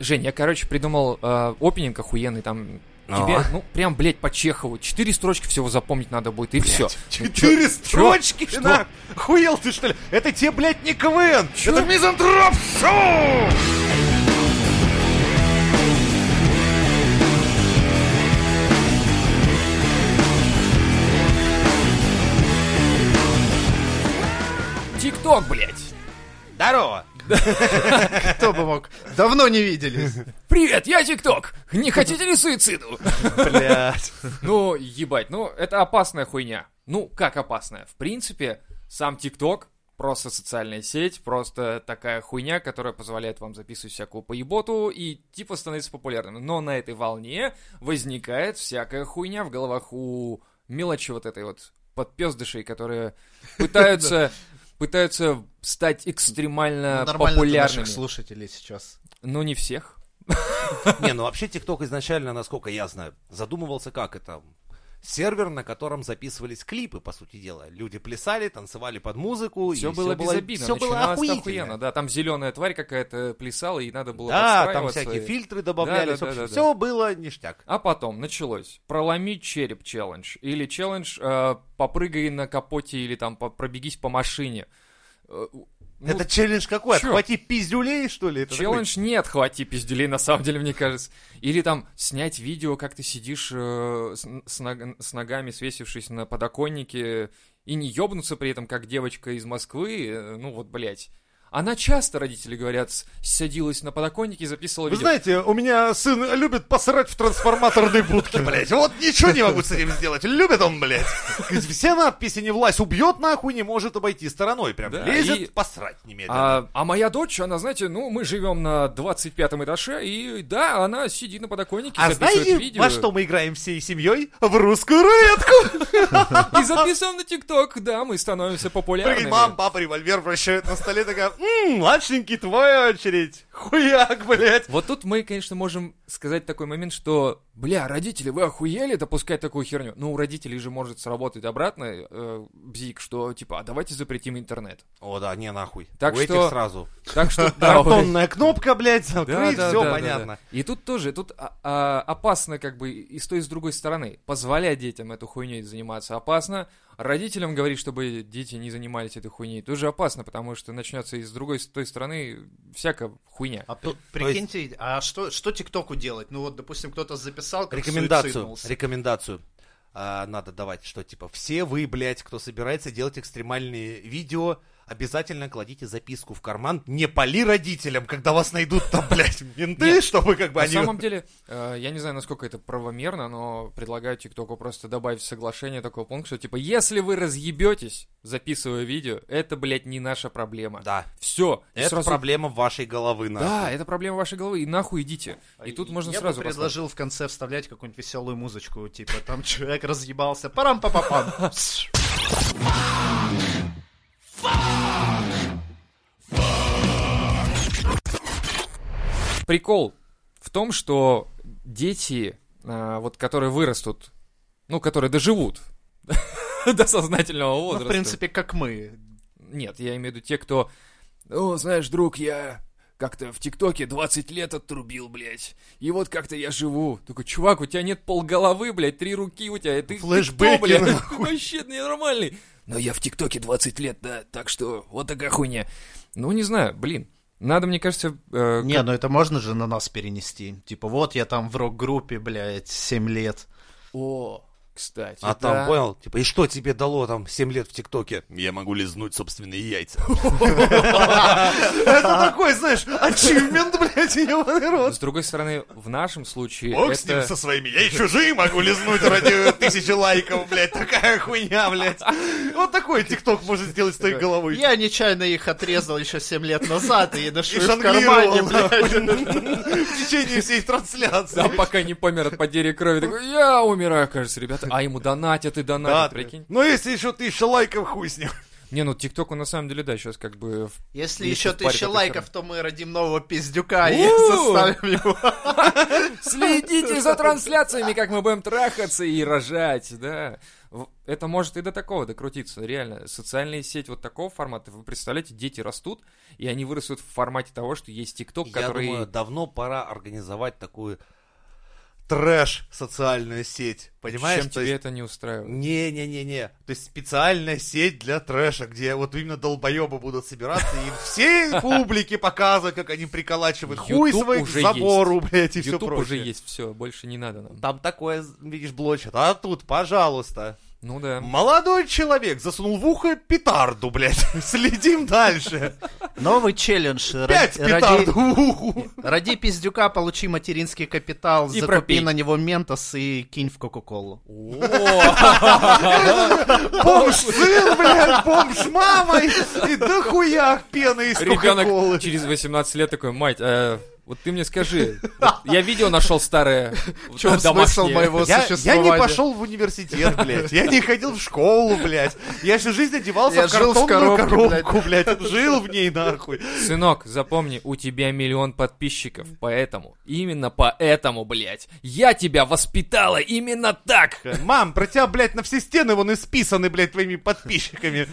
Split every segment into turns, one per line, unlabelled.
Жень, я, короче, придумал э, опенинг охуенный, там
Ну.
тебе, ну, прям, блядь, по Чехову. Четыре строчки всего запомнить надо будет, и все.
Четыре строчки,
Что?
на! Хуел ты, что ли? Это тебе, блядь, не КВН! Это Мизантроп Шоу!
Тикток, блядь.
Здорово!
Кто бы мог? Давно не виделись.
Привет, я ТикТок! Не хотите ли суициду?
Блядь.
Ну, ебать, ну, это опасная хуйня. Ну, как опасная? В принципе, сам ТикТок просто социальная сеть, просто такая хуйня, которая позволяет вам записывать всякую поеботу и типа становиться популярным. Но на этой волне возникает всякая хуйня в головах у мелочи вот этой вот подпездышей, которые пытаются пытаются стать экстремально
Ну, Нормально ты наших
популярными.
слушателей сейчас.
Ну, не всех.
Не, ну вообще ТикТок изначально, насколько я знаю, задумывался как это. Сервер, на котором записывались клипы, по сути дела. Люди плясали, танцевали под музыку.
Все
и
было
всё
безобидно,
всё было
начиналось
охуительно.
охуенно, да, там зеленая тварь какая-то плясала, и надо было
Да, там
подстраиваться,
всякие
и-
фильтры добавлялись.
Да, да, да, да,
все было ништяк.
А потом началось проломить череп челлендж или челлендж э, попрыгай на капоте или там по- пробегись по машине. Э, ну,
это челлендж какой?
чё?
Отхвати пиздюлей, что ли? Это такой-
челлендж не отхвати пизделей, на самом деле, мне кажется. Или там снять видео, как ты сидишь э, с, с ног- с ногами, свесившись на подоконнике, и не ёбнуться при этом, как девочка из Москвы. э, ну вот, блядь. Она часто, родители говорят, с- садилась на подоконнике и записывала
Вы
видео.
Ну, знаете, у меня сын любит посрать в трансформаторной будке, блядь. Вот ничего не могу с этим сделать. Любит он, блядь. Все надписи не власть убьет, нахуй, не может обойти стороной. Прям
Да,
лезет
и-
посрать немедленно.
А, а моя дочь, она, знаете, ну, мы живем на 25 этаже, и да, она сидит на подоконнике,
А
записывает
знаете,
видео
во что мы играем всей семьей? В русскую рулетку!
и записываем на ТикТок, да, мы становимся популярными.
Прикинь, мам, папа револьвер вращает на столе, такая, «М, младшенький, твоя очередь. Хуяк, блядь.
Вот тут мы, конечно, можем сказать такой момент, что, бля, родители, вы охуели допускать такую херню? Ну, у родителей же может сработать обратно э, бзик, что, типа, а давайте запретим интернет.
О, да, не нахуй.
Так
У этих
что-
сразу.
Так что... да, вот-
Картонная кнопка, блядь, закрыть, все понятно.
да. И тут тоже, тут а, а, опасно как бы и с той, и с другой стороны. Позволять детям эту хуйней заниматься опасно. Родителям говорить, чтобы дети не занимались этой хуйней, тоже опасно, потому что начнется и с другой, с той стороны всякая хуйня.
А тут, прикиньте, а что, что ТикТоку делать? Ну вот, допустим, кто-то записал, как
Рекомендацию,
суициднулся.
рекомендацию. а, надо давать, что типа все вы, блядь, кто собирается делать экстремальные видео, обязательно кладите записку в карман. Не пали родителям, когда вас найдут там, блядь, менты,
Нет.
чтобы как бы
На
они...
самом деле, э, я не знаю, насколько это правомерно, но предлагаю ТикТоку просто добавить в соглашение такой пункт, что типа, если вы разъебетесь, записывая видео, это, блядь, не наша проблема.
Да.
Все.
Это проблема вашей головы, на.
Да, это проблема вашей головы, и нахуй идите. И тут можно
А Я бы
сразу послать.
предложил в конце вставлять какую-нибудь веселую музычку, типа там человек разъебался, Ну, парам па па пам
Прикол в том, что дети, а, вот которые вырастут, ну, которые доживут до сознательного
Ну,
возраста.
в принципе, как мы.
Нет, я имею в виду те, кто... О, знаешь, друг, я как-то в ТикТоке 20 лет отрубил, блядь. И вот как-то я живу. Такой, чувак, у тебя нет полголовы, блядь, три руки у тебя. и Ты, ты кто,
Флешбеки,
блядь?
нахуй.
Вообще ненормальный. Но я в ТикТоке 20 лет, да, так что вот такая хуйня. Ну, не знаю, блин. Надо, мне кажется... э,
Не, ну это можно же на нас перенести. Типа, вот я там в рок-группе, блядь, 7 лет.
О, кстати, да.
А там, понял, типа, и что тебе дало там 7 лет в ТикТоке? Я могу лизнуть собственные яйца. Это такой, знаешь, ачивмент, блядь, ебаный рот.
С другой стороны, в нашем случае
Бог с ним
это...
со своими, я и чужие могу лизнуть ради тысячи лайков, блядь, такая хуйня, блядь. Вот такой тикток может сделать с твоей головой.
Я нечаянно их отрезал еще 7 лет назад и
и
ношу их в кармане,
жонглировал
блядь.
нахуй, в течение всей трансляции.
Да, пока не помер от потери крови. Такой, я умираю, кажется, ребята. А ему донатят и
Да,
донатят,
прикинь.
прикинь.
Ну, если еще тысяча лайков, хуй с ним.
Не, ну ТикТоку на самом деле, да, сейчас как бы... в- Если
Если еще
в паре
тысяча
такой
лайков, то мы родим нового пиздюка и
У-у-у.
заставим его
Следите за трансляциями, как мы будем трахаться и рожать, да. В- Это может и до такого докрутиться, реально. Социальные сети вот такого формата, вы представляете, дети растут, и они вырастут в формате того, что есть ТикТок,
Я
который...
думаю, давно пора организовать такую трэш-социальную сеть. Понимаешь?
чем
То
тебе
есть-
это не устраивает?
Не-не-не-не. То есть специальная сеть для трэша, где вот именно долбоебы будут собираться и всей публике показывать, как они приколачивают хуй
YouTube
свой к
уже
забору, блядь, и все
Ютуб
прочее.
уже есть, все, больше не надо нам.
Там такое, видишь, блочат. А тут, пожалуйста.
Ну да.
Молодой человек засунул в ухо петарду, блядь. Следим дальше.
Новый челлендж. Ра-
Пять петард
Ради,
в уху.
ради пиздюка получи материнский капитал,
И
закупи
пропей.
на него ментос и кинь в Кока-Колу.
Бомж сын, блядь, бомж мама. И и дохуя пены из кока-колы.
Ребенок через 18 лет такой, мать, э, вот ты мне скажи, вот я видео нашел старое, э,
В чем смысл
домашнее.
моего
Я, я
существования?
не пошел в университет, блядь. Я не ходил в школу, блядь. Я всю жизнь одевался
Я
в
жил в
картонную коробку,
коробке, блядь.
блядь. Жил в ней, нахуй.
Сынок, запомни, у тебя миллион подписчиков, поэтому, именно поэтому, блядь, я тебя воспитала именно так.
Мам, про тебя, блядь, на все стены вон исписаны, блядь, твоими подписчиками.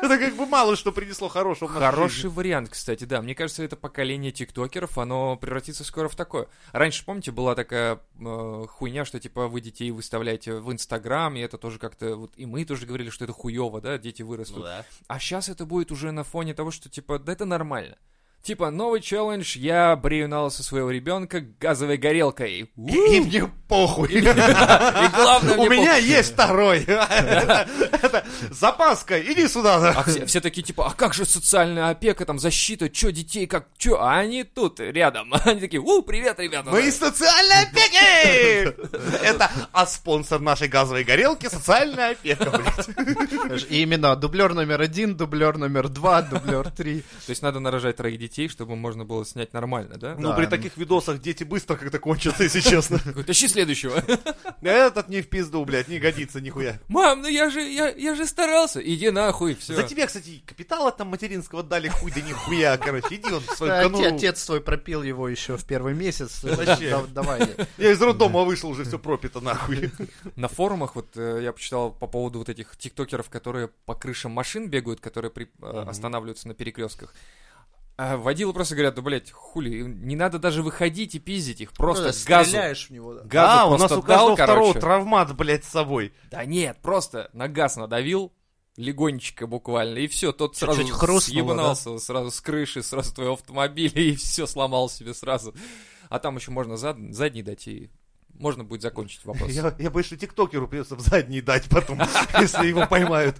Это как бы мало что принесло хорошего. в нашу жизнь.
Хороший вариант, кстати, да. Мне кажется, это поколение тиктокеров, оно превратится скоро в такое. Раньше, помните, была такая э, хуйня, что типа вы детей выставляете в Инстаграм, и это тоже как-то вот и мы тоже говорили, что это хуево, да, дети вырастут. А сейчас это будет уже на фоне того, что типа, да это нормально. Типа, новый челлендж, я брею на лысо своего ребенка газовой горелкой. У,
И и мне похуй.
И главное,
У
мне
меня
похуй.
есть второй. Это запаска, иди сюда.
А
да.
все, все такие, типа, а как же социальная опека, там, защита, чё, детей, как, чё? А они тут, рядом. Они такие, у, привет, ребята.
Мы из социальной опеки! Это, а спонсор нашей газовой горелки социальная опека, блядь.
И имена. Дублер номер один, дублер номер два, дублер три.
То есть надо нарожать троих детей, чтобы можно было снять нормально, да?
Ну, при таких видосах дети быстро как-то кончатся, если честно.
Такой, Тащи следующего.
Этот не в пизду, блядь, не годится нихуя.
Мам, ну я же, я, я же старался. Иди нахуй, все.
За тебя, кстати, капитала там материнского дали хуй да нихуя, короче. Иди он в свою
Да, оте-
конуру.
Отец твой пропил его еще в первый месяц.
Вообще.
Да- Давай.
Я из роддома вышел, уже все пропито нахуй.
На форумах вот э, я почитал по поводу вот этих тиктокеров, которые по крышам машин бегают, которые при- э, останавливаются на перекрестках. А водилы просто говорят, да, блядь, хули, не надо даже выходить и пиздить их, просто
Ну да,
газу.
Стреляешь в него, да.
Газу
а, у нас
просто
у
дал,
каждого второго
короче.
травмат, блядь, с собой.
Да нет, просто на газ надавил, легонечко буквально, и все, тот
Чуть-чуть
сразу
хрустнуло,
съебанался, сразу с крыши, сразу твоего автомобиля, и все сломал себе сразу. А там еще можно зад- задний дать, и можно будет закончить вопрос.
Я, я боюсь, что тиктокеру придется в задний дать потом, если его поймают.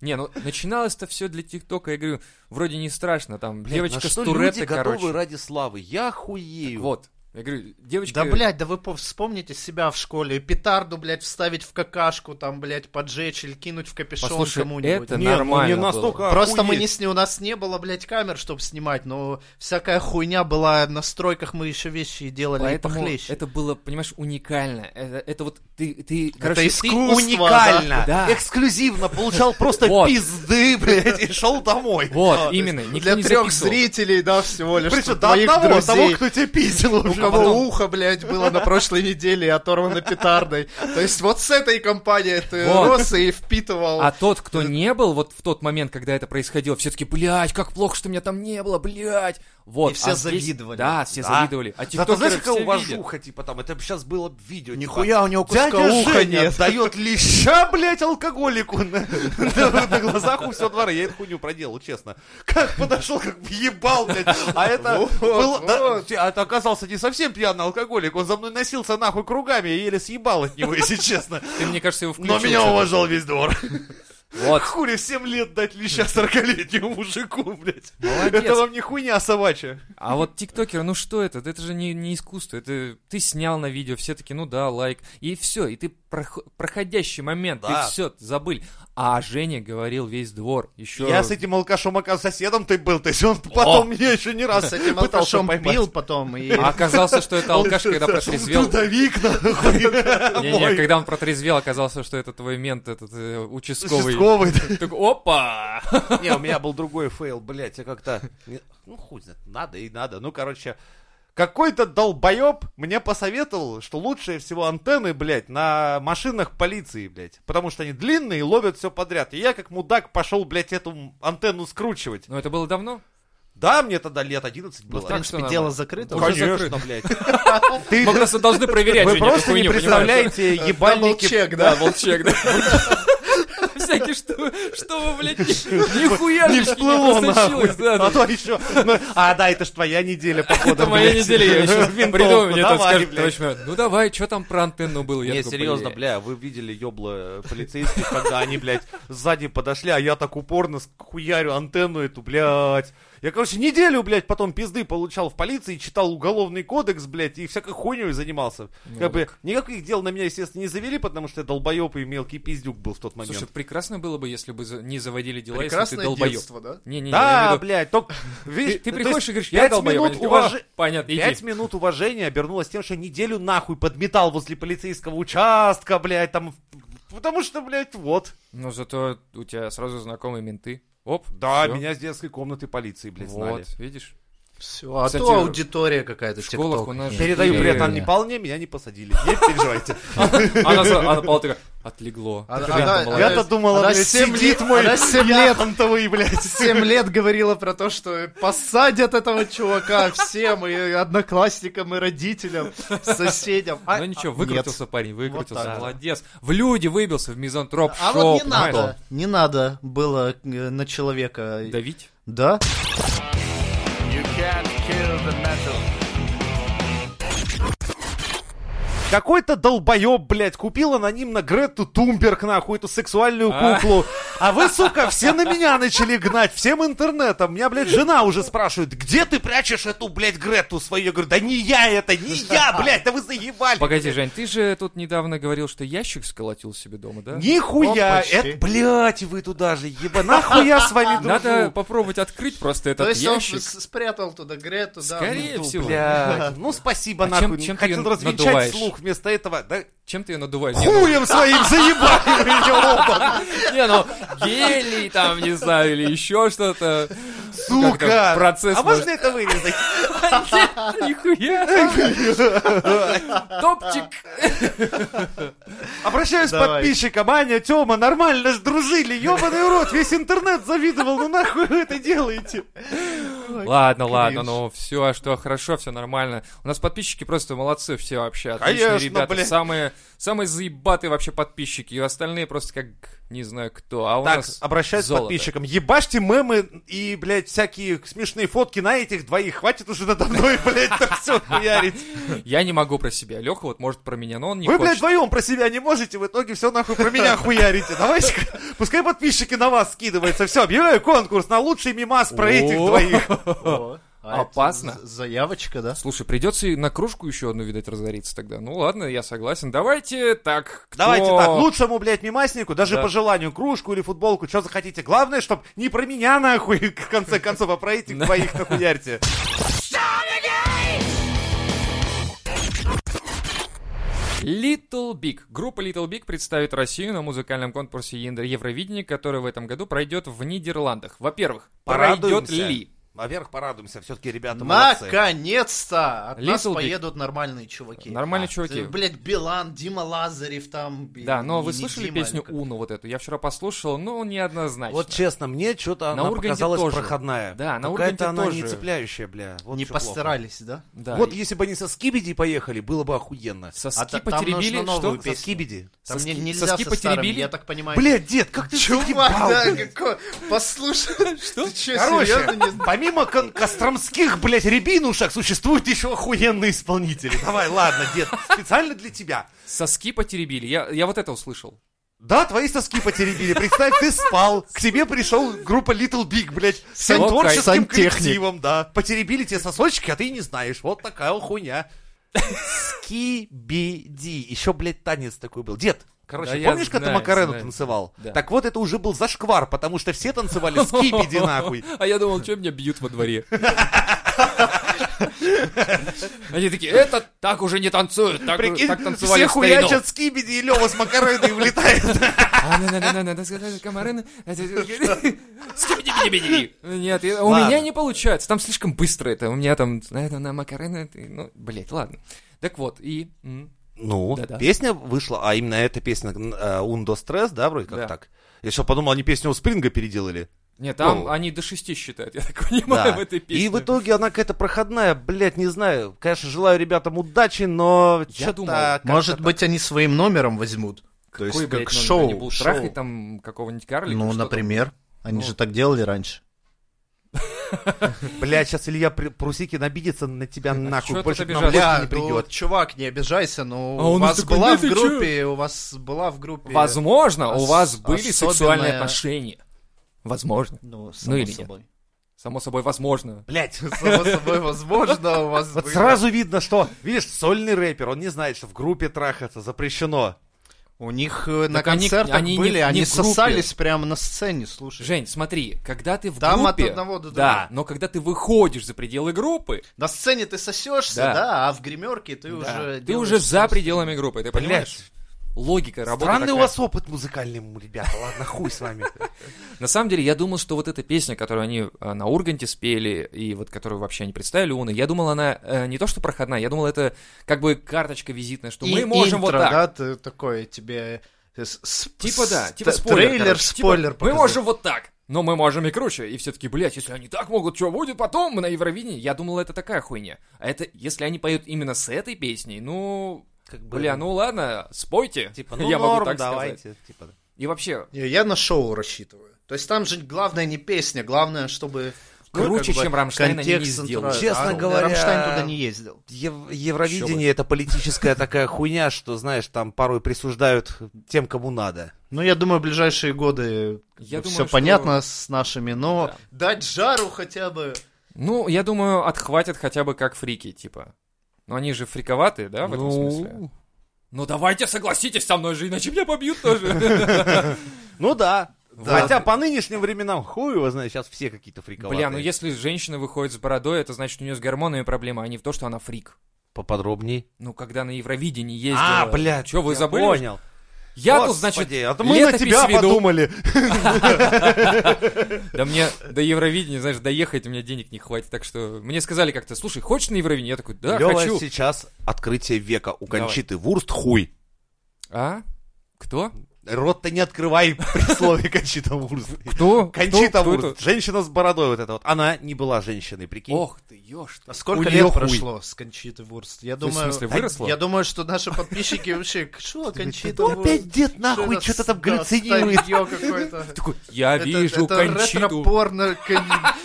Не, ну начиналось-то все для ТикТока, я говорю, вроде не страшно, там
на
девочка с
что
Туретто,
люди готовы
короче.
ради славы? Я хуею.
Вот. Я говорю, девочка...
Да, блядь, да вы пов- вспомните себя в школе. Петарду, блядь, вставить в какашку, там, блядь, поджечь или кинуть в капюшон
Послушай,
кому-нибудь.
это
Не, ну, не
нормально было.
настолько
Просто мы
охуеть.
не, с- у нас не было, блядь, камер, чтобы снимать, но всякая хуйня была на стройках, мы еще вещи делали
Поэтому
и похлеще.
это было, понимаешь, уникально. Это, это вот ты, ты,
Это
короче,
искусство,
ты
да.
уникально,
Да.
эксклюзивно, получал просто
Вот.
пизды, блядь, и шел домой.
Вот, именно, никто
А, Для
не
трех
записывал.
зрителей, да, всего лишь.
Причем
чтоб
до
твоих
а
одного, а
друзей,
того, кто тебя пиздил
у
уже.
кого
потом.
ухо, блядь, было на прошлой неделе и оторвано петардой. То есть вот с этой компанией ты
Вот.
рос и впитывал.
А тот, кто не был вот в тот момент, когда это происходило, все таки блядь, как плохо, что меня там не было, блядь. Вот.
И все
а здесь-
завидовали.
Да, все
Да.
завидовали. А
Зато
тиктокеры
знаешь,
все
какая
видят.
уважуха, типа там, это сейчас было б видео. типа,
Нихуя у него куска
Дядя
уха
Женя
нет.
дает леща, блядь, алкоголику на, на- на глазах у всего двора. Я эту хуйню проделал, честно. Как подошел, как ебал, блядь. А это, был- да, а это оказался не совсем пьяный алкоголик. Он за мной носился нахуй кругами. Я еле съебал от него, если честно.
Ты, мне кажется, его включил.
Но меня уважал весь двор.
Вот.
Хули 7 лет дать леща 40-летнему мужику, блядь.
Молодец.
Это вам не хуйня собачья.
А вот тиктокер, ну что это? Это же не, не искусство. Это ты снял на видео, все таки ну да, лайк. И все, и ты прох- проходящий момент,
Да.
ты все, забыл. А Женя говорил весь двор. Еще
Я с этим алкашом, оказывается, соседом ты был. То есть он потом меня еще не раз
с этим
пытался
алкашом
поймать.
пил потом и...
А оказался, что это алкаш, когда протрезвел.
Трудовик, нахуй.
Не-не, когда он протрезвел, оказался, что это твой мент, этот э, участковый.
Участковый.
Так, опа!
Не, у меня был другой фейл, блядь, я как-то... Ну, хуй знает, надо и надо. Ну, короче, Какой-то долбоеб мне посоветовал, что лучше всего антенны, блядь, на машинах полиции, блядь. Потому что они длинные и ловят все подряд. И я как мудак пошел, блядь, эту антенну скручивать.
Но Ну, это было давно?
Да, мне тогда лет 11
Ну, в
было.
так
принципе,
что
дело
нормально.
закрыто.
Уже
Конечно, блядь. Ты-
Мы просто должны проверять.
Вы
Женя, эту
просто не
хуйню, понимаешь?
представляете ебальники
чек,
Да,
да?
волчек, да. Всякие, что, что вы, блядь, ни- нихуя
не
ж
всплыло нахуй.
случилось, да,
А
да.
то еще. ну, А, да, это ж твоя неделя, походу.
Это моя
блядь.
неделя, я еще
Винтовку
приду, мне там
давай,
скажут,
блядь.
товарищ майор, ну давай, что там про антенну был? Я
Не,
такой,
серьезно,
«Блядь».
бля, вы видели ёбла полицейских, когда они, блядь, сзади подошли, а я так упорно хуярю антенну эту, блядь. Я, короче, неделю, блядь, потом пизды получал в полиции, читал уголовный кодекс, блядь, и всякой хуйней занимался.
Ну,
как бы никаких дел на меня, естественно, не завели, потому что я долбоеб и мелкий пиздюк был в тот момент.
Слушай, прекрасно было бы, если бы за- не заводили дела, если ты
Прекрасное
долбоеб.
детство, да?
Не-не, я имею в
да,
виду,
блядь, только... видишь,
ты, ты
то
приходишь
есть
и говоришь, я
пять
долбоеб.
минут
они такие, «О,
уважи-
Понятно,
Пять
иди.
минут уважения обернулось тем, что неделю нахуй подметал возле полицейского участка, блядь, там... Потому что, блядь, вот.
Но Ну, зато у тебя сразу знакомые менты. Оп,
Да,
всё.
меня с детской комнаты полиции, блядь, знали.
Вот, видишь?
Все, а
Кстати,
то аудитория какая-то
В школах у
тикток.
нас же
Передаю
были-
привет Анне Павловне, меня не посадили. Не переживайте.
Она, за- Анна Павловна такая, отлегло.
Она-
Рядом
А, она-
была.
она-
Я-то думала,
она
блядь,
семь
сидит
лет-
мой
она семь лет.
яхонтовый, блядь.
Семь лет говорила про то, что посадят этого чувака всем, и одноклассникам, и родителям, соседям. А-
Ну ничего,
а-
выкрутился парень, выкрутился,
так.
молодец. В люди выбился, в мизантроп
А
шоу,
вот не
понимаешь?
надо, не надо было э, на человека.
Давить.
Да?
Какой-то долбоеб, блядь, купил анонимно Грету Тумберг, нахуй, эту сексуальную куклу. А вы, сука, все на меня начали гнать, всем интернетом. Меня, блядь, жена уже спрашивает, где ты прячешь эту, блядь, Грету свою? Я говорю, да не я это, не я, блядь, да вы заебали.
Погоди, Жень, ты же тут недавно говорил, что ящик сколотил себе дома, да?
Нихуя,
Оп, почти.
это, блядь, вы туда же, еба, нахуй я с вами дружу.
Надо попробовать открыть просто
То
этот
есть он
ящик.
с- спрятал туда Грету, да.
Скорее
ну,
всего.
Блядь, ну спасибо,
А
нахуй.
чем- чем ты
Хотел
её
развенчать
надуваешь?
слух вместо этого. Да
Чем ты ее надуваешь? Не, ну-
хуем своим заебали вы её оба,
Не, ну, гелий там, не знаю, или еще что-то.
сука.
Как-то процесс
а
может-
можно это вырезать?
Нихуя. Топчик.
Обращаюсь к
Давай.
подписчикам. Аня, Тёма, нормально сдружили. Ёбаный урод, весь интернет завидовал. Ну нахуй вы это делаете?
Ладно, ладно, ну все, что хорошо, все нормально. У нас подписчики просто молодцы, все вообще отличные
Конечно,
ребята.
блядь.
Самые, самые заебатые вообще подписчики. И остальные просто как не знаю кто. А у
Так,
нас
обращаюсь к
золото.
подписчикам. Ебашьте мемы и, блядь, всякие смешные фотки на этих двоих. Хватит уже надо мной, блядь, так все хуярить.
Я не могу про себя. Леха вот может про меня, но он не
Вы, блядь,
хочет.
вдвоем про себя не можете, в итоге все нахуй про меня хуярите. Давайте, пускай подписчики на вас скидываются. Все, объявляю конкурс на лучший мимас про этих
О.
двоих.
о, а это
Опасно.
з- Заявочка, да?
Слушай, придется и на кружку еще одну, видать, разориться тогда. Ну ладно, я согласен. Давайте так. кто-
Давайте так, ну лучшему, блядь, мимаснику, даже
Да.
по желанию, кружку или футболку, что захотите. Главное, чтобы не про меня нахуй, в конце концов, а про этих двоих нахуярьте.
Little Big. Группа Little Big представит Россию на музыкальном конкурсе Ендер- Евровидения, который в этом году пройдет в Нидерландах. Во-первых, пройдет
Порадуемся.
ли?
Наверх порадуемся, все-таки ребята молодцы.
Наконец-то! От нас
Little Big.
поедут нормальные чуваки.
Нормальные
А,
чуваки.
Ты, Блядь, Билан, Дима Лазарев там. и-
Да, но вы
и
слышали
Дима,
песню
или как?
Уну вот эту? Я вчера послушал, но неоднозначно.
Вот честно, мне что-то
На
она
Урганте
показалась
тоже.
проходная.
Да, на Урганте
Какая-то она не
тоже.
цепляющая, бля. Вот
Не
чё плохо.
постарались, да?
Да,
вот
и
если бы они со Скибиди поехали, было бы охуенно.
соски
а та- там
потеребили,
нужно
что?
новую
Со
песню.
Скибиди.
Там
Соски-
не- нельзя
соски
со старыми,
потеребили?
я так понимаю.
Блядь, дед, как ты
Чувак,
заебал,
да,
блядь.
какой... Послушай, что? Ты чё, серьезно
Короче,
не
помимо кон- костромских, блядь, рябинушек, существуют еще охуенные исполнители. Давай, ладно, дед, специально для тебя.
Соски потеребили. Я, я вот это услышал.
Да, твои соски потеребили. Представь, ты спал, к тебе пришел группа Little Big, блядь, с своим
Сок-
творческим
сантехник.
коллективом, да. Потеребили тебе сосочки, а ты и не знаешь. Вот такая хуйня. Скибиди. Еще, блядь, танец такой был. Дед, Короче,
Да я
помнишь, когда ты
знаю,
Макарену
знаю.
танцевал?
Да.
Так вот, это уже был зашквар, потому что все танцевали скибиди нахуй.
А я думал, что меня бьют во дворе. Они такие, это Так уже не танцуют, так,
Прикинь,
так танцевали
все
в старину.
хуячат с кибиди, и Лева с макароной влетает.
А, Скибиди-биди-биди. Нет, я- у
Ладно.
меня не получается. Там слишком быстро это. У меня там, наверное, на макарены. Ну, блять, ладно. Так вот, и... м,
Ну,
Да-да.
песня вышла, а именно эта песня э, «Ундо стресс», да, вроде как
Да.
так? Я еще подумал, они песню у Спринга переделали.
Нет, там
Ну.
они до шести считают, я так понимаю, в этой песне.
И в итоге она какая-то проходная, блядь, не знаю. Конечно, желаю ребятам удачи, но...
Я
чё-то
думал,
как-то
Может
так.
быть, они своим номером возьмут?
Какой,
То есть,
блядь, ну,
как
номер?
шоу,
Они будут
шоу.
трахать там какого-нибудь карлика?
Ну,
что-то?
например. Они
Ну.
же так делали раньше.
Блядь, сейчас Илья При- Прусикин обидится на тебя нахуй.
чё
Больше
тут
к нам
обижаться?
больше
Бля,
не
ну,
придет.
чувак, не обижайся, но
А
у
он
вас
такой,
была в
«Нет, ты чё?»
группе, у вас была в группе...
Возможно, у
Ос-
вас были
особенная-
сексуальные отношения. Возможно.
Ну, само
Ну или нет.
собой.
Само собой, возможно.
Блядь.
Само собой, возможно, у вас
Вот
было.
сразу видно, что, видишь, сольный рэпер, он не знает, что в группе трахаться запрещено.
У них э, на
Так они-
концертах
они не-
были,
не
они
в группе.
сосались прямо на сцене, слушай.
Жень, смотри, когда ты в
Там от
группе...
одного до
Да,
другого.
но когда ты выходишь за пределы группы,
На сцене ты сосешься,
Да.
да, а в гримерке ты
да,
уже...
ты
делаешь
уже за
свой-
пределами группы, ты понимаешь?
Блядь,
Логика работы
странный у
такая.
вас опыт музыкальный, м, ребята. Ладно, хуй с вами.
На самом деле, я думал, что вот эта песня, которую они э, на Урганте спели, и вот которую вообще не представили Уны, я думал, она э, не то что проходная, я думал, это как бы карточка визитная, что
И
мы можем вот
интро,
так.
Да, ты такое тебе... э, с- с-
Типа
с-
да, типа
т-
спойлер.
Трейлер,
короче. Типа,
спойлер
мы
показать.
можем вот так, но мы можем и круче. И все таки блядь, если они так могут, что будет потом мы на Евровидении? Я думал, это такая хуйня. А это, если они поют именно с этой песней, ну...
Как бы,
Бля, ну ладно, спойте.
Типа, ну
я могу
норм,
так сказать.
давайте. Типа, да.
И вообще,
Не, Я на шоу рассчитываю. То есть там же главное не песня, главное, чтобы... ну,
Круче,
как бы,
чем «Рамштайн» они не
контекст
сделают.
центральный.
Честно
А, ну,
говоря,
Рамштайн туда не ездил.
Ев- Евровидение это политическая такая хуйня, что, знаешь, там порой присуждают тем, кому надо.
Ну, я думаю, в ближайшие годы
Я думаю,
все
что-
понятно с нашими, но дать жару хотя бы.
ну, я думаю, отхватят хотя бы как фрики, типа. Ну, они же фриковатые, да, в
Ну.
этом смысле? Ну, давайте согласитесь со мной же, иначе меня побьют тоже.
Ну да.
Да.
Хотя по нынешним временам, хуй его знает, сейчас все какие-то фриковатые.
Бля, ну если женщина выходит с бородой, это значит, у нее с гормонами проблема, а не в то, что она фрик.
Поподробней.
Ну, когда на Евровидении ездила.
А, бля,
Что, вы
я
забыли?
Понял.
Я тут,
Господи,
значит,
а то мы на
летопись
тебя
веду.
подумали.
Да мне до Евровидения, знаешь, доехать у меня денег не хватит. Так что мне сказали как-то, слушай, хочешь на Евровидение? Я такой, да,
Лёва,
хочу.
сейчас открытие века. У
Давай.
Кончиты Вурст хуй.
А? Кто?
Рот-то не открывай при слове Кончита Вурст.
Кто? Кто?
Кончита
Кто
Вурст.
это?
Женщина с бородой вот эта вот. Она не была женщиной, прикинь.
Ох ты, ёж ты.
А сколько
У неё хуй.
лет прошло с Кончиты Вурст? Я
То есть, в
думаю,
а
смысле, выросла?
я думаю, что наши подписчики вообще, что Кончита
Ну,
Вурст?
опять дед нахуй
это
что-то там
с-
галлюцинирует.
Да, старьё какое-то.
Такой, я
Это-
вижу
это
кончиту.
ретро-порно, кон-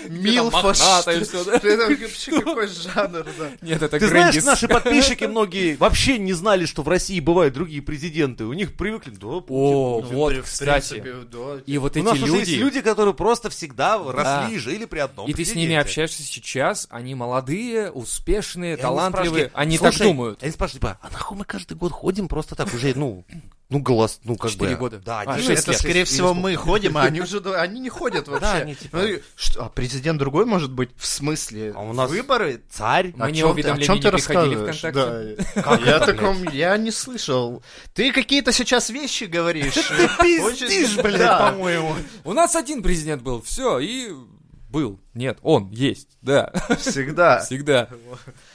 милфа,
мохнатое всё, да?
что- Это вообще какой жанр, да.
Нет, это
Ты
Грэндис.
знаешь, наши подписчики многие вообще не знали, что в России бывают другие президенты. У них привыкли, да,
О,
Путин, Путин.
вот,
Ну, в
кстати.
принципе, да.
И вот
У нас
эти
уже есть
люди,
люди, которые просто всегда
Да.
росли и жили при одном
и ты с ними
президенте.
общаешься сейчас, они молодые, успешные,
И они
талантливые,
спрашивают,
они так
«Слушай»,
думают.
Они спрашивают, типа, а нахуй мы каждый год ходим просто так уже, ну, ну, голос, ну, как бы.
Четыре года.
Да,
А,
они
ну,
шесть
Это,
лет.
скорее
Или
всего,
сколько?
мы ходим, а они уже да, они не ходят вообще.
они типа-
Ну и что, а президент другой может быть? В смысле?
А у нас-
выборы?
Царь.
Мы
О
не
чём ты-
уведомления
о чём
не
ты
приходили
рассказываешь?
ВКонтакте.
Да. Я о таком, я не слышал. Ты какие-то сейчас вещи говоришь. Ты
Пиздишь, блядь, по-моему.
У нас один президент был, все, и был. Нет, он есть, да.
Всегда.
Всегда.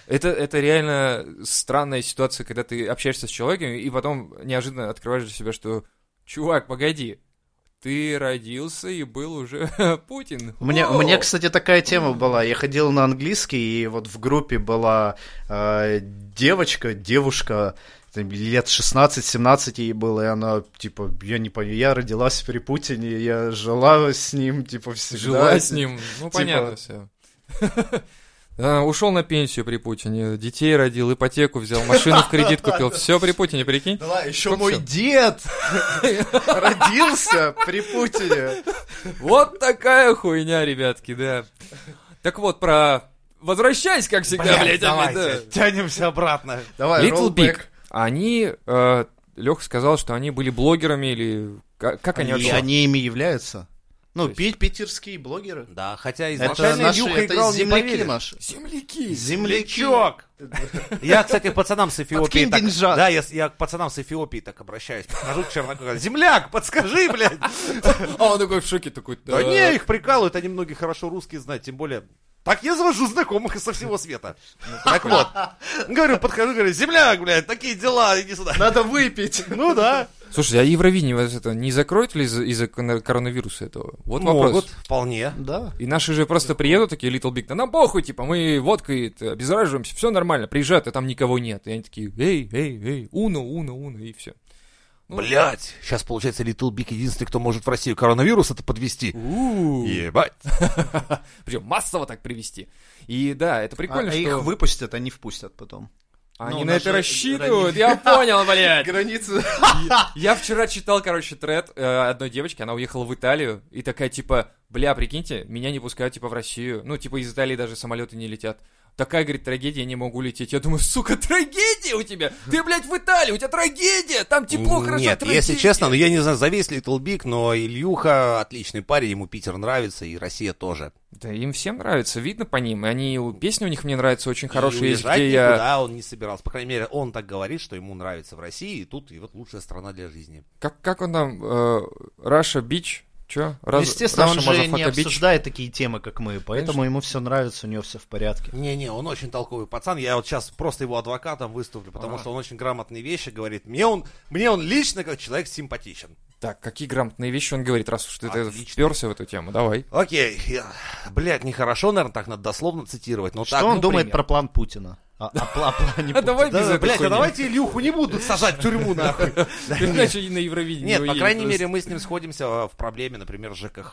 Это, это реально странная ситуация, когда ты общаешься с человеком, и потом неожиданно открываешь для себя, что «Чувак, погоди, ты родился и был уже Путин».
Мне,
Воу!
мне, кстати, такая тема была. Я ходил на английский, и вот в группе была э, девочка, девушка, там, лет 16-17 ей было, и она, типа, я не понимаю, я родилась при Путине, я жила с ним, типа, всегда.
Жила с ним, ну
Типа-
понятно все. Ушел на пенсию при Путине, детей родил, ипотеку взял, машину в кредит купил. Все при Путине, прикинь.
Да, еще
Ну,
мой
всё.
дед родился при Путине.
Вот такая хуйня, ребятки, да. Так вот, про... Возвращаясь, как всегда, блядь,
Блядь,
опять,
давайте,
да.
тянемся обратно.
Давай,
Little Big.
rollback.
Они, э, Леха сказал, что они были блогерами или... Как, как они,
Они,
вообще?
они ими являются. Ну,
То есть-
пи- питерские блогеры.
Да, хотя
Это
изначально
наши,
Илюха
это
играл не
земляки
поверишь.
наши.
Земляки!
Земляки.
Лечок. Я, кстати, пацанам с Эфиопии
Подкинь
так...
деньжат.
Да, я, с- я к пацанам с Эфиопии так обращаюсь. Подхожу к черногорцу, говорю, земляк, подскажи, блядь.
А он такой в шоке такой.
Да
«Так».
не, их прикалывают, они многие хорошо русские знают, тем более... Так я завожу знакомых со всего света. Так вот. Говорю, подхожу, говорю, земляк, блядь, такие дела, иди сюда.
Надо выпить.
Ну да.
Слушай, а Евровидение вот это не закроют ли из- из-за кон- коронавируса этого? Вот
Могут,
вопрос.
вполне.
Да.
И наши же просто приедут такие, Little Big, да нам похуй, типа, мы водкой это, обеззараживаемся, все нормально, приезжают, а там никого нет. И они такие, эй, эй, эй, уно, уно, уно, и все. Ну.
Блять, сейчас получается Литл Биг единственный, кто может в Россию коронавирус это подвести. Ебать.
Причем массово так привести. И да, это прикольно,
а,
что
их выпустят, они впустят потом.
они
ну,
на
наши
это
грани-
рассчитывают. Я понял, блядь.
Границы.
Я вчера читал, короче, тред э, одной девочки, она уехала в Италию, и такая, типа, бля, прикиньте, меня не пускают, типа, в Россию. Ну, типа, из Италии даже самолеты не летят. Такая, говорит, трагедия, я не могу лететь. Я думаю, сука, трагедия у тебя! Ты, блядь, в Италии, у тебя трагедия! Там тепло, хорошо,
Нет, если
трагедия!»
честно, ну я не знаю, за весь Литл Биг, но Ильюха отличный парень, ему Питер нравится, и Россия тоже.
Да им всем нравится, видно по ним. И Они, песни у них мне нравятся очень
И
хорошие, есть,
уезжать
где я...
никуда он не собирался. По крайней мере, он так говорит, что ему нравится в России, и тут и вот лучшая страна для жизни.
Как, как он там? э, Раша Бич? Чё?
Ну,
Раз-
Естественно, он
Russia
же не
motherfucker bitch?
обсуждает такие темы, как мы, поэтому ему все нравится, у него все в порядке.
Не-не, он очень толковый пацан. Я вот сейчас просто его адвокатом выступлю, потому
Ага.
что он очень грамотные вещи говорит. Мне он, мне он лично как человек симпатичен.
Так, какие грамотные вещи он говорит, раз уж ты ты
Отлично.
вперся в эту тему, давай.
Окей. я- Блядь, нехорошо, наверное, так надо дословно цитировать. Но
Что
так,
он
ну,
думает
примерно.
про план Путина? А, о пла- о плане
А
Путина.
давай
Да,
без этой
блядь, а
хуйни.
давайте Илюху не будут сажать в тюрьму, нахуй. Да нет.
Иначе и на Евровидение
Нет, по
уедет
крайней
просто.
мере, мы с ним сходимся э, в проблеме, например, ЖКХ.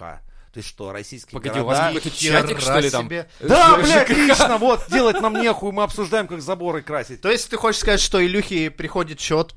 То есть, что российские
Погоди, у вас
города... Э,
какой-то
Хера
чатик, что ли, там? Э,
себе.
Да, блядь, лично, вот, делать нам нехуй, мы обсуждаем, как заборы красить.
То есть ты хочешь сказать, что Илюхе приходит счет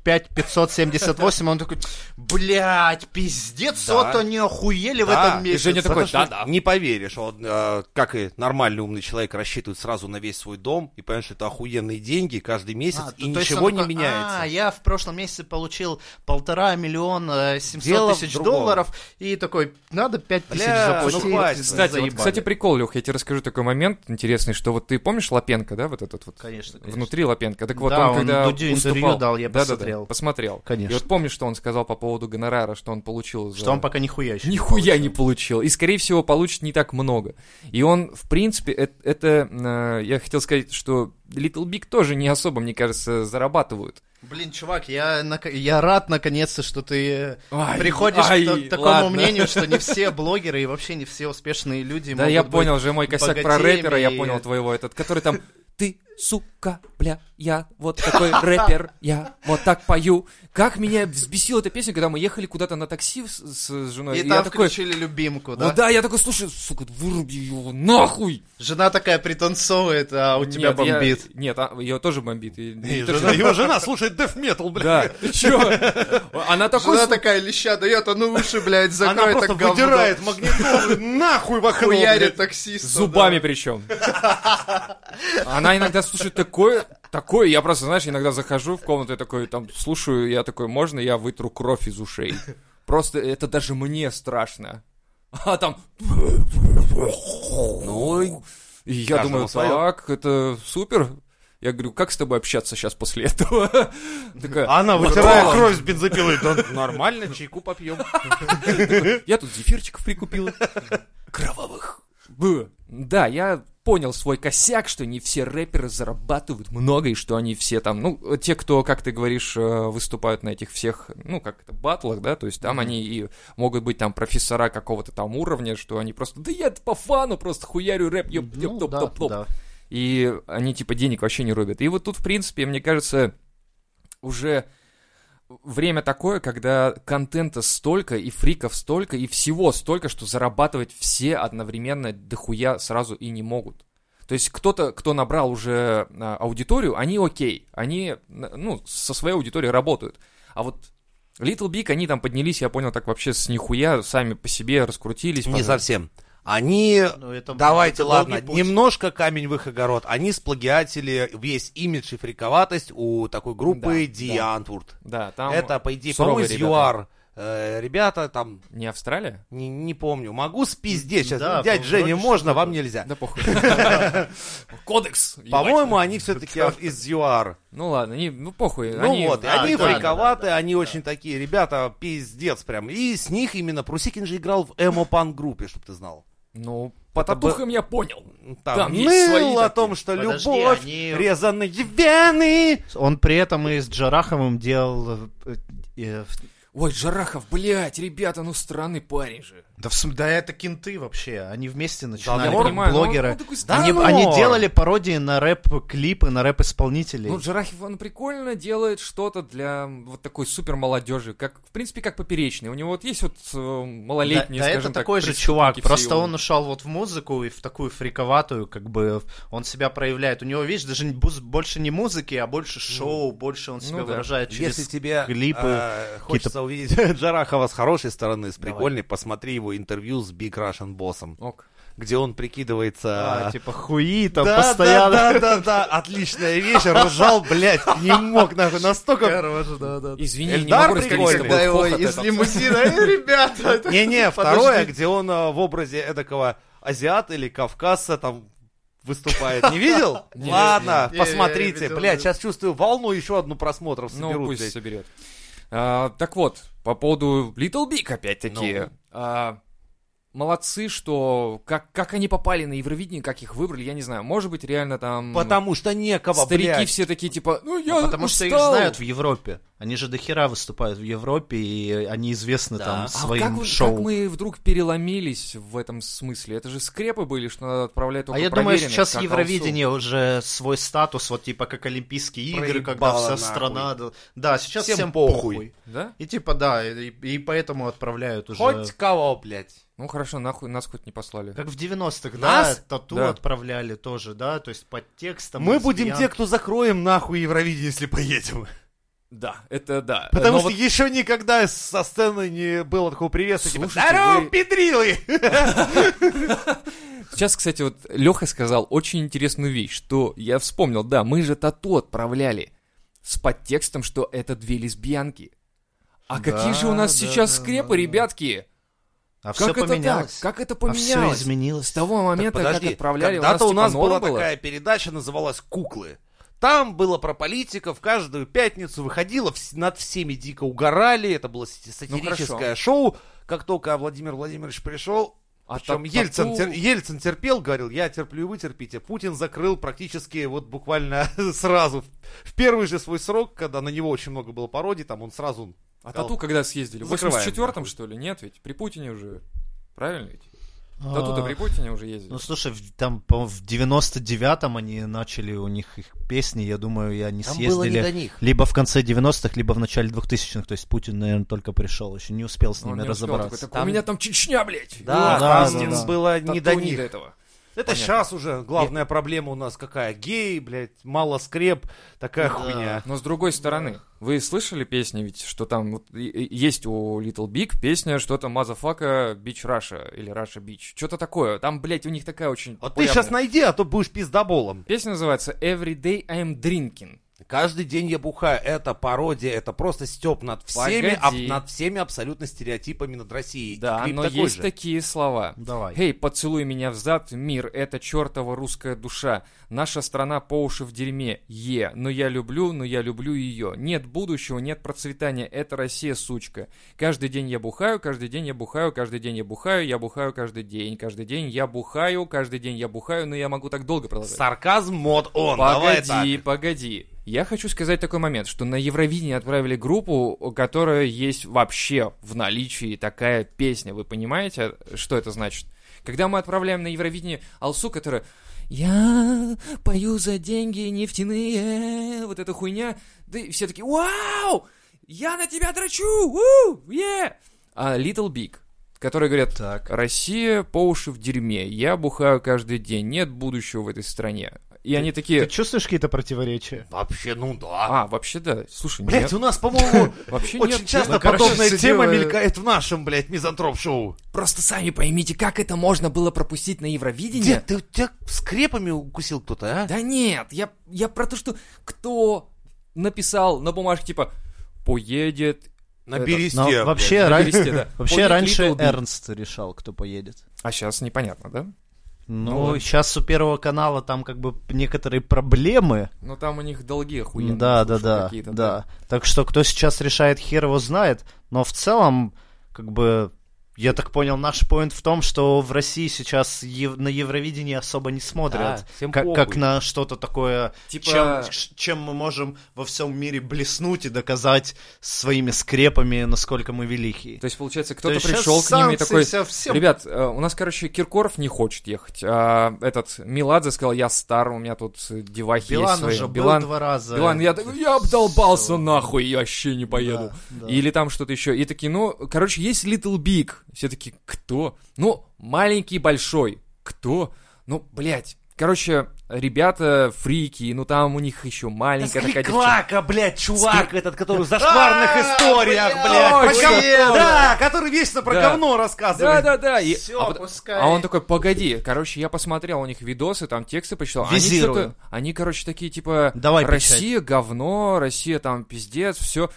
5578, он такой, блядь, пиздец,
Да.
вот они охуели в
Да,
этом
и
месяце.
Женя такой,
Потому что
да-да.
Не поверишь, он, э, как и нормальный умный человек, рассчитывает сразу на весь свой дом, и понимаешь, что это охуенные деньги каждый месяц,
А,
и
то есть
ничего
он
не
такой,
меняется.
А, я в прошлом месяце получил полтора миллиона э,
Дело
семьсот
в
тысяч
другом.
долларов, и такой, надо пять тысяч
Бля, ну
заплатить.
хватит.
Кстати, вот,
Заебали.
кстати, прикол, Лех, я тебе расскажу такой момент интересный, что вот ты помнишь Лапенко, да, вот этот вот?
Конечно, конечно.
Внутри Лапенко. Так вот,
Да,
он,
он
когда
Дудю интервью
выступал-
дал, я
Да-да-да,
посмотрел.
посмотрел.
Конечно.
И вот помнишь, что он сказал по поводу гонорара, что он получил за...
Что он пока нихуя еще
Нихуя не
получил.
получил. И, скорее всего, получит не так много. И он, в принципе, э- это... э, я хотел сказать, что Little Big тоже не особо, мне кажется, зарабатывают.
Блин, чувак, я, нака- я рад наконец-то, что ты
Ай,
приходишь
ай,
к та- такому
ладно.
мнению, что не все блогеры и вообще не все успешные люди
Да,
могут
я
быть
понял же мой косяк про
богатеями
рэпера, я
и-
понял твоего этот, который там ты, сука, бля, я вот такой рэпер, я вот так пою. Как меня взбесила эта песня, когда мы ехали куда-то на такси с, с женой.
И
я
там
такой,
включили любимку,
ну
да?
да, я такой, слушай, сука, выруби его нахуй.
Жена такая пританцовывает, а у тебя
Нет, я-
бомбит.
нет, а, ее тоже бомбит. И-
И
и тоже-
жена- его жена слушает деф метал, блядь.
Да, ты чё? Она такой...
Жена
слу-
такая леща дает, а ну уши, блядь,
Она
закрой
просто
так говно.
выдирает магнитолы нахуй в окно,
Хуярит
блядь.
таксиста.
Зубами причем. Она иногда слушает такое, такое, я просто, знаешь, иногда захожу в комнату, я такой, там, слушаю, я такой, можно я вытру кровь из ушей? Просто это даже мне страшно. А там... Ну, и я
каждому
думаю,
своё.
так, это супер. Я говорю, как с тобой общаться сейчас после этого? Такая,
Она
«Вот
вытирает
так.
кровь с бензопилы. Да Нормально, чайку попьем.
Я тут зефирчиков прикупила. Кровавых. Б. Да, я понял свой косяк, что не все рэперы зарабатывают много, и что они все там, ну, те, кто, как ты говоришь, э, выступают на этих всех, ну, как это, батлах, да, то есть там они и могут быть там профессора какого-то там уровня, что они просто, да я это по фану просто хуярю рэп, ёп, ёп,
Ну,
топ,
да,
топ, топ».
да.
И они, типа, денег вообще не рубят. И вот тут, в принципе, мне кажется, уже время такое, когда контента столько, и фриков столько, и всего столько, что зарабатывать все одновременно дохуя сразу и не могут. То есть кто-то, кто набрал уже а, аудиторию, они окей, они, н- ну, со своей аудиторией работают. А вот Little Big, они там поднялись, я понял, так вообще с нихуя, сами по себе раскрутились.
Не
потом-
совсем. Они
Ну, это-
Давайте,
это
ладно,
долгий путь.
немножко камень в их огород. Они сплагиатели весь имидж и фриковатость у такой группы
Да,
Ди Антвурд.
Да, там...
Это, по идее,
суровые
по-моему, из
ребята.
ЮАР. э, ребята, там,
Не Австралия?
не, не помню, могу спиздеть сейчас.
Да,
Дядь
по-
Женя,
вроде
можно,
что-то.
вам нельзя.
Да похуй. Кодекс! ебать.
ну,
По-моему, они все-таки из ЮАР.
Ну ладно, не- ну похуй.
Ну
они-
вот, и
а,
они
да,
фриковатые, они очень такие, ребята, пиздец прям. И с них именно Прусикин же играл в эмо-пан группе, чтобы ты знал.
Ну, по татухам я понял.
Там,
Там есть свои
ныл о
такие.
том, что
Подожди,
любовь,
они-
резаные вены.
Он при этом и с Джараховым делал... э, э, в-
Ой, Жарахов, блядь, ребята, ну странный парень же.
Да, в см- да это кенты вообще, они вместе
я
начинали,
понимаю,
как
но он-
блогеры.
он ну, такой
Да
они,
ну!
они делали пародии на рэп-клипы, на рэп-исполнителей.
Ну, Джарахев, он прикольно делает что-то для вот такой супер молодежи, как, в принципе, как поперечный. У него вот есть вот э, малолетний,
да, да
скажем
это
так,
такой же
преступники
чувак,
все
просто
его.
он ушел вот в музыку и в такую фриковатую, как бы он себя проявляет. У него, видишь, даже не буз- больше не музыки, а больше шоу, больше он себя
да.
выражает через
Если тебе
клипы.
э, хочется увидеть Джарахова с хорошей стороны, с прикольной, посмотри его интервью с Big Russian боссом,
Ок.
где он прикидывается...
А, типа хуи там
Да,
постоянно.
Да, да, да, да, отличная вещь, ржал, блядь, не мог, нахуй, настолько...
Короче, да, да.
Извини, не
Эльдар
могу разделить с
прикольный.
тобой
Когда его
хохот
из
этот.
лимузина, «Эй, ребята. это-
Не-не,
подожди».
второе, где он э, в образе эдакого азиата или кавказца там выступает. Не видел?
Не,
Ладно,
не, не,
посмотрите.
видел,
Блядь,
да.
сейчас чувствую волну, еще одну просмотров
Ну,
соберут,
пусть
блядь.
соберет. А, так вот, по поводу Little Big опять-таки.
Ну.
А, молодцы, что как, как они попали на Евровидение, как их выбрали, я не знаю. Может быть, реально там
Потому что некого,
старики
блядь.
все такие, типа, ну я
Ну, потому что их
устал».
знают в Европе. Они же до хера выступают в Европе, и они известны
Да. А
там
а как,
своим
вы-
шоу.
как мы вдруг переломились в этом смысле? Это же скрепы были, что надо отправлять только
А я думаю,
проверенных,
сейчас
как
Евровидение уже свой статус, вот типа как Олимпийские игры, когда
Проебало
вся
нахуй.
страна... да- Да, сейчас
Всем
всем,
похуй.
похуй.
Алсу. Да?
И типа да, и, и поэтому отправляют уже...
Хоть кого, блядь.
Ну хорошо, нахуй нас хоть не послали.
Как в 90-х,
Нас?
да, тату
Да.
отправляли тоже, да, то есть под текстом.
Мы
лесбиян-
будем те, кто закроем нахуй Евровидение, если поедем.
Да, это да.
Потому
Но
что
вот-
еще никогда со сцены не было такого приветствия. Типа,
Слушайте,
Здорово,
вы-
педрилы!
Сейчас, кстати, вот Леха сказал очень интересную вещь, что я вспомнил, да, мы же тату отправляли с подтекстом, что это две лесбиянки. А какие же у нас
да,
сейчас
да,
скрепы,
да, да.
ребятки?
А все
Как это
поменялось.
так? Как это
А всё
поменялось?
изменилось.
С того момента, как
Подожди,
отправляли, у нас,
когда-то
типа,
у нас,
норм
была
было.
такая передача, называлась «Куклы». Там было про политиков, каждую пятницу выходило, вс- над всеми дико угорали, это было сати- сатирическое
Ну, хорошо.
шоу. Как только Владимир Владимирович пришел,
А
причем
та-
Ельцин,
тату-
тер- Ельцин терпел, говорил, я терплю и вы терпите. Путин закрыл практически вот буквально сразу, в первый же свой срок, когда на него очень много было пародий, там он сразу...
А тату когда съездили? В
Закрываем,
84-м,
нахуй.
что ли? Нет ведь? При Путине уже. Правильно ведь?
А,
Тату-то при Путине уже ездили.
Ну слушай, в- там по- в 99-м они начали у них их песни, я думаю, и они съездили.
них.
Либо в конце 90-х, либо в начале 2000-х. То есть Путин, наверное, только пришел, еще не успел с
Ну, Он
ними
не успел, такой,
разобраться.
«Так У меня там Чечня, блядь!
Да,
Ладно,
да,
там
пиздец,
да, да.
было не до
тату
них.
этого.
Это
Понятно.
сейчас уже главная проблема у нас какая? Гей, блядь, мало скреп, такая
Да.
хуйня.
Но с другой стороны, вы слышали песни, ведь что там вот, и- и есть у Little Big песня что-то Мазафака Бич Раша или Раша Бич. Что-то такое. Там, блядь, у них такая очень.
Вот ты сейчас
популярная-
найди, а то будешь пиздоболом.
Песня называется Every Day I'm Drinking.
Каждый день я бухаю. Это пародия, это просто степ над всеми,
Погоди.
аб- над всеми абсолютно стереотипами над Россией. И
Да,
клип
но
такой
есть
же.
такие слова.
Ну, Давай.
Эй, поцелуй меня взад, мир, это чертова русская душа. Наша страна по уши в дерьме. Е, но я люблю, но я люблю ее. Нет будущего, нет процветания, это Россия, сучка. Каждый день я бухаю, каждый день я бухаю, каждый день я бухаю, я бухаю каждый день, каждый день я бухаю, каждый день я бухаю, но я могу так долго продолжать.
Сарказм мод он. Давай
Погоди,
так.
погоди. Я хочу сказать такой момент, что на Евровидении отправили группу, которая есть вообще в наличии такая песня. Вы понимаете, что это значит? Когда мы отправляем на Евровидение Алсу, которая «Я пою за деньги нефтяные», вот эта хуйня, да и все такие «Вау! Я на тебя дрочу! у, е!» А Little Big, которые говорят
Так.
«Россия по уши в дерьме, я бухаю каждый день, нет будущего в этой стране». И они такие...
Ты чувствуешь какие-то противоречия?
Вообще, ну да.
А, вообще да. Слушай,
Блять,
нет.
у нас, по-моему,
Вообще
очень
нет.
часто
Ну, короче,
подобная
сидела-
тема мелькает в нашем, блядь, мизантроп-шоу.
Просто сами поймите, как это можно было пропустить на Евровидение?
Дед, ты тебя скрепами укусил кто-то, а?
Да нет, я, я про то, что кто написал на бумажке, типа, поедет
На
Это-
бересте.
Но
блядь.
Ну, вообще,
на
ран-
бересте, да.
вообще
Полит
раньше
Little Big.
Эрнст решал, кто поедет.
А сейчас непонятно, да?
Ну, сейчас у Первого канала там как бы некоторые проблемы.
Но там у них долги охуенные.
Да, да,
слушай,
да,
какие-то,
да. Так что кто сейчас решает, хер его знает. Но в целом, как бы, я так понял, наш поинт в том, что в России сейчас ев- на Евровидении особо не
Да,
смотрят.
всем
Как,
похуй.
как на что-то такое,
Типа-
чем, ш- чем мы можем во всем мире блеснуть и доказать своими скрепами, насколько мы велики.
То есть, получается, кто-то
есть щас
пришел к ним и
санкции
такой...
вся- всем
Ребят, э, у нас, короче, Киркоров не хочет ехать. А этот Меладзе сказал, я стар, у меня тут э, девахи есть
Билан
свои.
уже
Билан,
был два раза.
Билан, я, такой, я обдолбался
Всё.
нахуй, я вообще не поеду.
Да, да.
Или там что-то еще. И такие, ну, короче, есть Little Big. Все таки кто? Ну, маленький, большой. Кто? Ну, блядь. Короче, ребята фрики, ну там у них еще маленькая такая девчонка.
Клака, блядь, чувак этот, который в зашкварных историях, блядь.
точно,
про
да.
говно- Да, который вечно про
Да.
говно
Да,
рассказывает.
да, да. И-
Всё,
а пот-
пускай.
а он такой, погоди, короче, я посмотрел у них видосы, там тексты почитал. Они,
Визирую.
что-то- они, короче, такие типа
Давай
Россия говно, Россия там пиздец, все.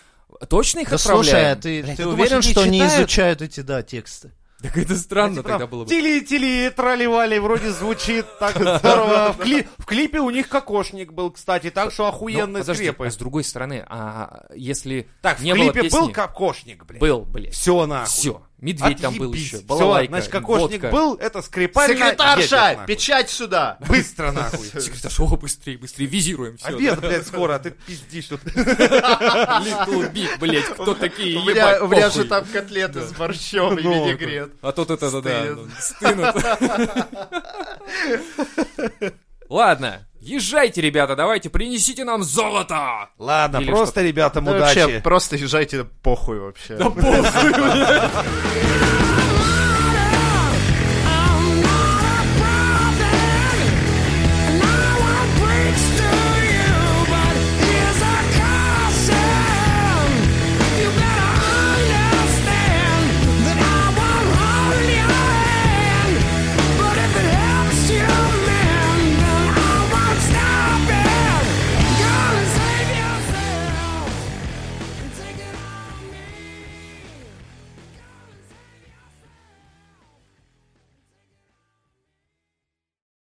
Точно их
Да слушай, а
отправляют?
ты,
Блядь,
ты
ты думаешь,
уверен,
они
что не
читают?
изучают эти, да, тексты?
Так это странно тогда было бы.
Тили-тили, трали-вали, вроде звучит так здорово. В, кли- в клипе у них кокошник был, кстати, так что
Ну,
охуенные
подожди,
скрепы.
а с другой стороны, а если
Так, в
не было
клипе
песни,
был кокошник, блядь?
был, блядь.
Все нахуй.
Все. Медведь там был еще. Балалайка,
Все, значит, кокошник
водка.
был, это скрипарь. едет, нахуй.
печать сюда!
Быстро нахуй.
Секретарь, о, быстрее, быстрее, визируем все.
Обед, блядь, скоро, а ты пиздишь тут.
Little Big, блядь, кто такие,
У меня,
ебать,
у меня
похуй.
же там котлеты с борщом и
Ну,
винегрет.
А тут это, да, да,
Стынет.
стынут. Ладно, езжайте, ребята, давайте, принесите нам золото!
Ладно,
Или ну,
просто ребятам
Да вообще,
удачи.
просто езжайте похуй вообще.
Да похуй, блядь.